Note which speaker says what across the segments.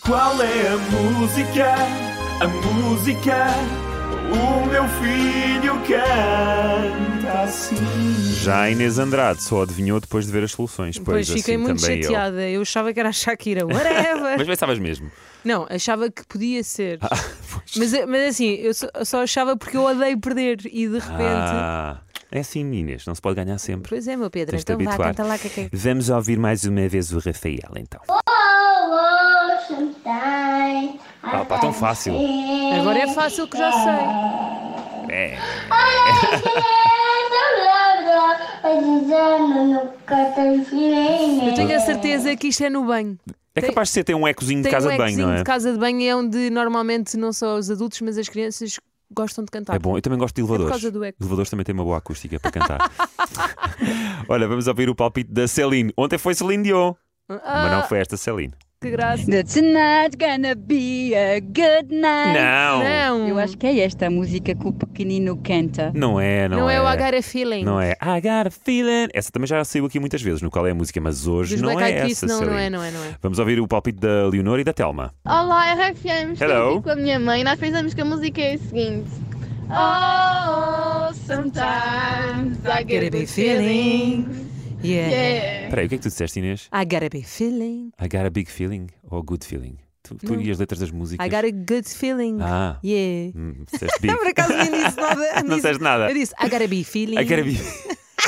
Speaker 1: Qual é a música? A música? O meu filho canta assim.
Speaker 2: Já a Inês Andrade só adivinhou depois de ver as soluções.
Speaker 3: Pois, fiquei
Speaker 2: assim
Speaker 3: muito
Speaker 2: também eu.
Speaker 3: chateada. Eu. achava que era a Shakira. Whatever!
Speaker 2: Mas pensavas mesmo.
Speaker 3: Não, achava que podia ser.
Speaker 2: Ah, pois.
Speaker 3: Mas, mas assim, eu só, eu só achava porque eu odeio perder e de repente.
Speaker 2: Ah, é assim, Inês, não se pode ganhar sempre.
Speaker 3: Pois é, meu Pedro,
Speaker 2: Tens de
Speaker 3: então vá,
Speaker 2: habituar.
Speaker 3: canta lá que, que...
Speaker 2: Vamos ouvir mais uma vez o Rafael, então. Ah, pá, tão fácil.
Speaker 3: Agora é fácil que já sei.
Speaker 2: É.
Speaker 3: Eu tenho a certeza que isto é no banho.
Speaker 2: É
Speaker 3: Tem-
Speaker 2: capaz de ser ter um ecozinho de
Speaker 3: Tem
Speaker 2: casa
Speaker 3: um
Speaker 2: de banho,
Speaker 3: ecozinho
Speaker 2: não é?
Speaker 3: de casa de banho é onde normalmente não só os adultos, mas as crianças gostam de cantar.
Speaker 2: É bom, eu também gosto de
Speaker 3: por
Speaker 2: elevadores.
Speaker 3: causa do eco.
Speaker 2: Elevadores também têm uma boa acústica para cantar. Olha, vamos ouvir o palpite da Celine. Ontem foi Celine Dion, mas não
Speaker 3: Ah,
Speaker 2: foi esta Celine.
Speaker 3: que graça.
Speaker 4: That's not gonna be a good night.
Speaker 2: Não!
Speaker 3: Não.
Speaker 4: Eu acho que é esta a música que o pequenino canta.
Speaker 2: Não é, não,
Speaker 3: não, é. o Agar é Feeling.
Speaker 2: Não é. I got a feeling. Essa também já saiu aqui muitas vezes no qual é a música, mas hoje
Speaker 3: Dos
Speaker 2: não
Speaker 3: Black
Speaker 2: é
Speaker 3: Eyed Peas,
Speaker 2: essa.
Speaker 3: não, não
Speaker 2: Celine.
Speaker 3: é, não é, não é.
Speaker 2: Vamos ouvir o palpite da Leonor e da Telma.
Speaker 5: Olá, é RFM, estou
Speaker 2: Hello.
Speaker 5: aqui com a minha mãe. Nós pensamos que a música é a seguinte. Oh, sometimes I get a big feeling.
Speaker 3: Yeah.
Speaker 5: Yeah.
Speaker 2: Espera aí, o que é que tu disseste, Inês?
Speaker 3: I got a big feeling.
Speaker 2: I got a big feeling ou good feeling? Tu, tu
Speaker 3: Não.
Speaker 2: e as letras das músicas.
Speaker 3: I got a É good feeling.
Speaker 2: Ah,
Speaker 3: Yeah.
Speaker 2: hum, disseste big.
Speaker 3: Por acaso nem disse nada.
Speaker 2: não disseste nada.
Speaker 3: Eu disse I got a big feeling.
Speaker 2: I got a big...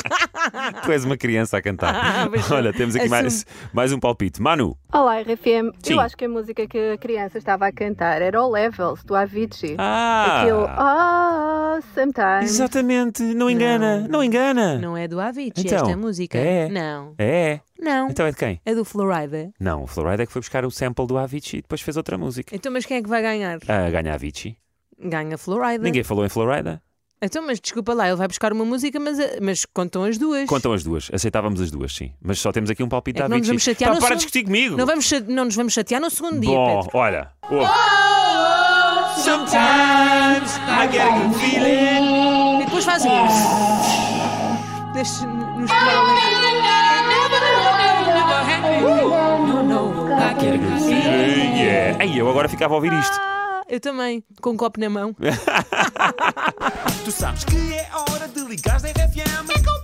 Speaker 2: tu és uma criança a cantar.
Speaker 3: Ah, pois
Speaker 2: Olha, temos aqui mais, mais um palpite. Manu,
Speaker 6: Olá, RFM.
Speaker 2: Sim.
Speaker 6: Eu acho que a música que a criança estava a cantar era o Levels, do Avicii.
Speaker 2: Ah!
Speaker 6: Aquilo, oh, sometimes.
Speaker 2: exatamente, não engana, não, engana.
Speaker 3: Não é do Avicii
Speaker 2: Então,
Speaker 3: esta música.
Speaker 2: é.
Speaker 3: Não.
Speaker 2: É,
Speaker 3: Não.
Speaker 2: então é de quem?
Speaker 3: É do Florida.
Speaker 2: Não, o Florida é que foi buscar o sample do Avicii e depois fez outra música.
Speaker 3: Então, mas quem é que vai ganhar?
Speaker 2: Ah, ganha Avicii.
Speaker 3: Ganha Florida.
Speaker 2: Ninguém falou em Florida.
Speaker 3: Então, mas desculpa lá, ele vai buscar uma música, mas, eh, mas contam as duas.
Speaker 2: Contam as duas, aceitávamos as duas, sim. Mas só temos aqui um palpite
Speaker 3: É
Speaker 2: da
Speaker 3: que não nos
Speaker 2: Avicii.
Speaker 3: vamos chatear
Speaker 2: Pá,
Speaker 3: no
Speaker 2: para de
Speaker 3: segundo-
Speaker 2: discutir comigo!
Speaker 3: Não, vamos, cha- não nos vamos chatear no segundo dia,
Speaker 2: Bom,
Speaker 3: Pedro.
Speaker 2: olha. Oh.
Speaker 1: Sometimes I get a good feeling.
Speaker 3: E depois fazem. Deixa nos colar.
Speaker 2: Yeah. Ei, é. eu agora ficava a ouvir isto.
Speaker 3: Ah, Eu também, com um copo na mão.
Speaker 1: Tu sabes que é hora de ligares da RFM. É
Speaker 5: um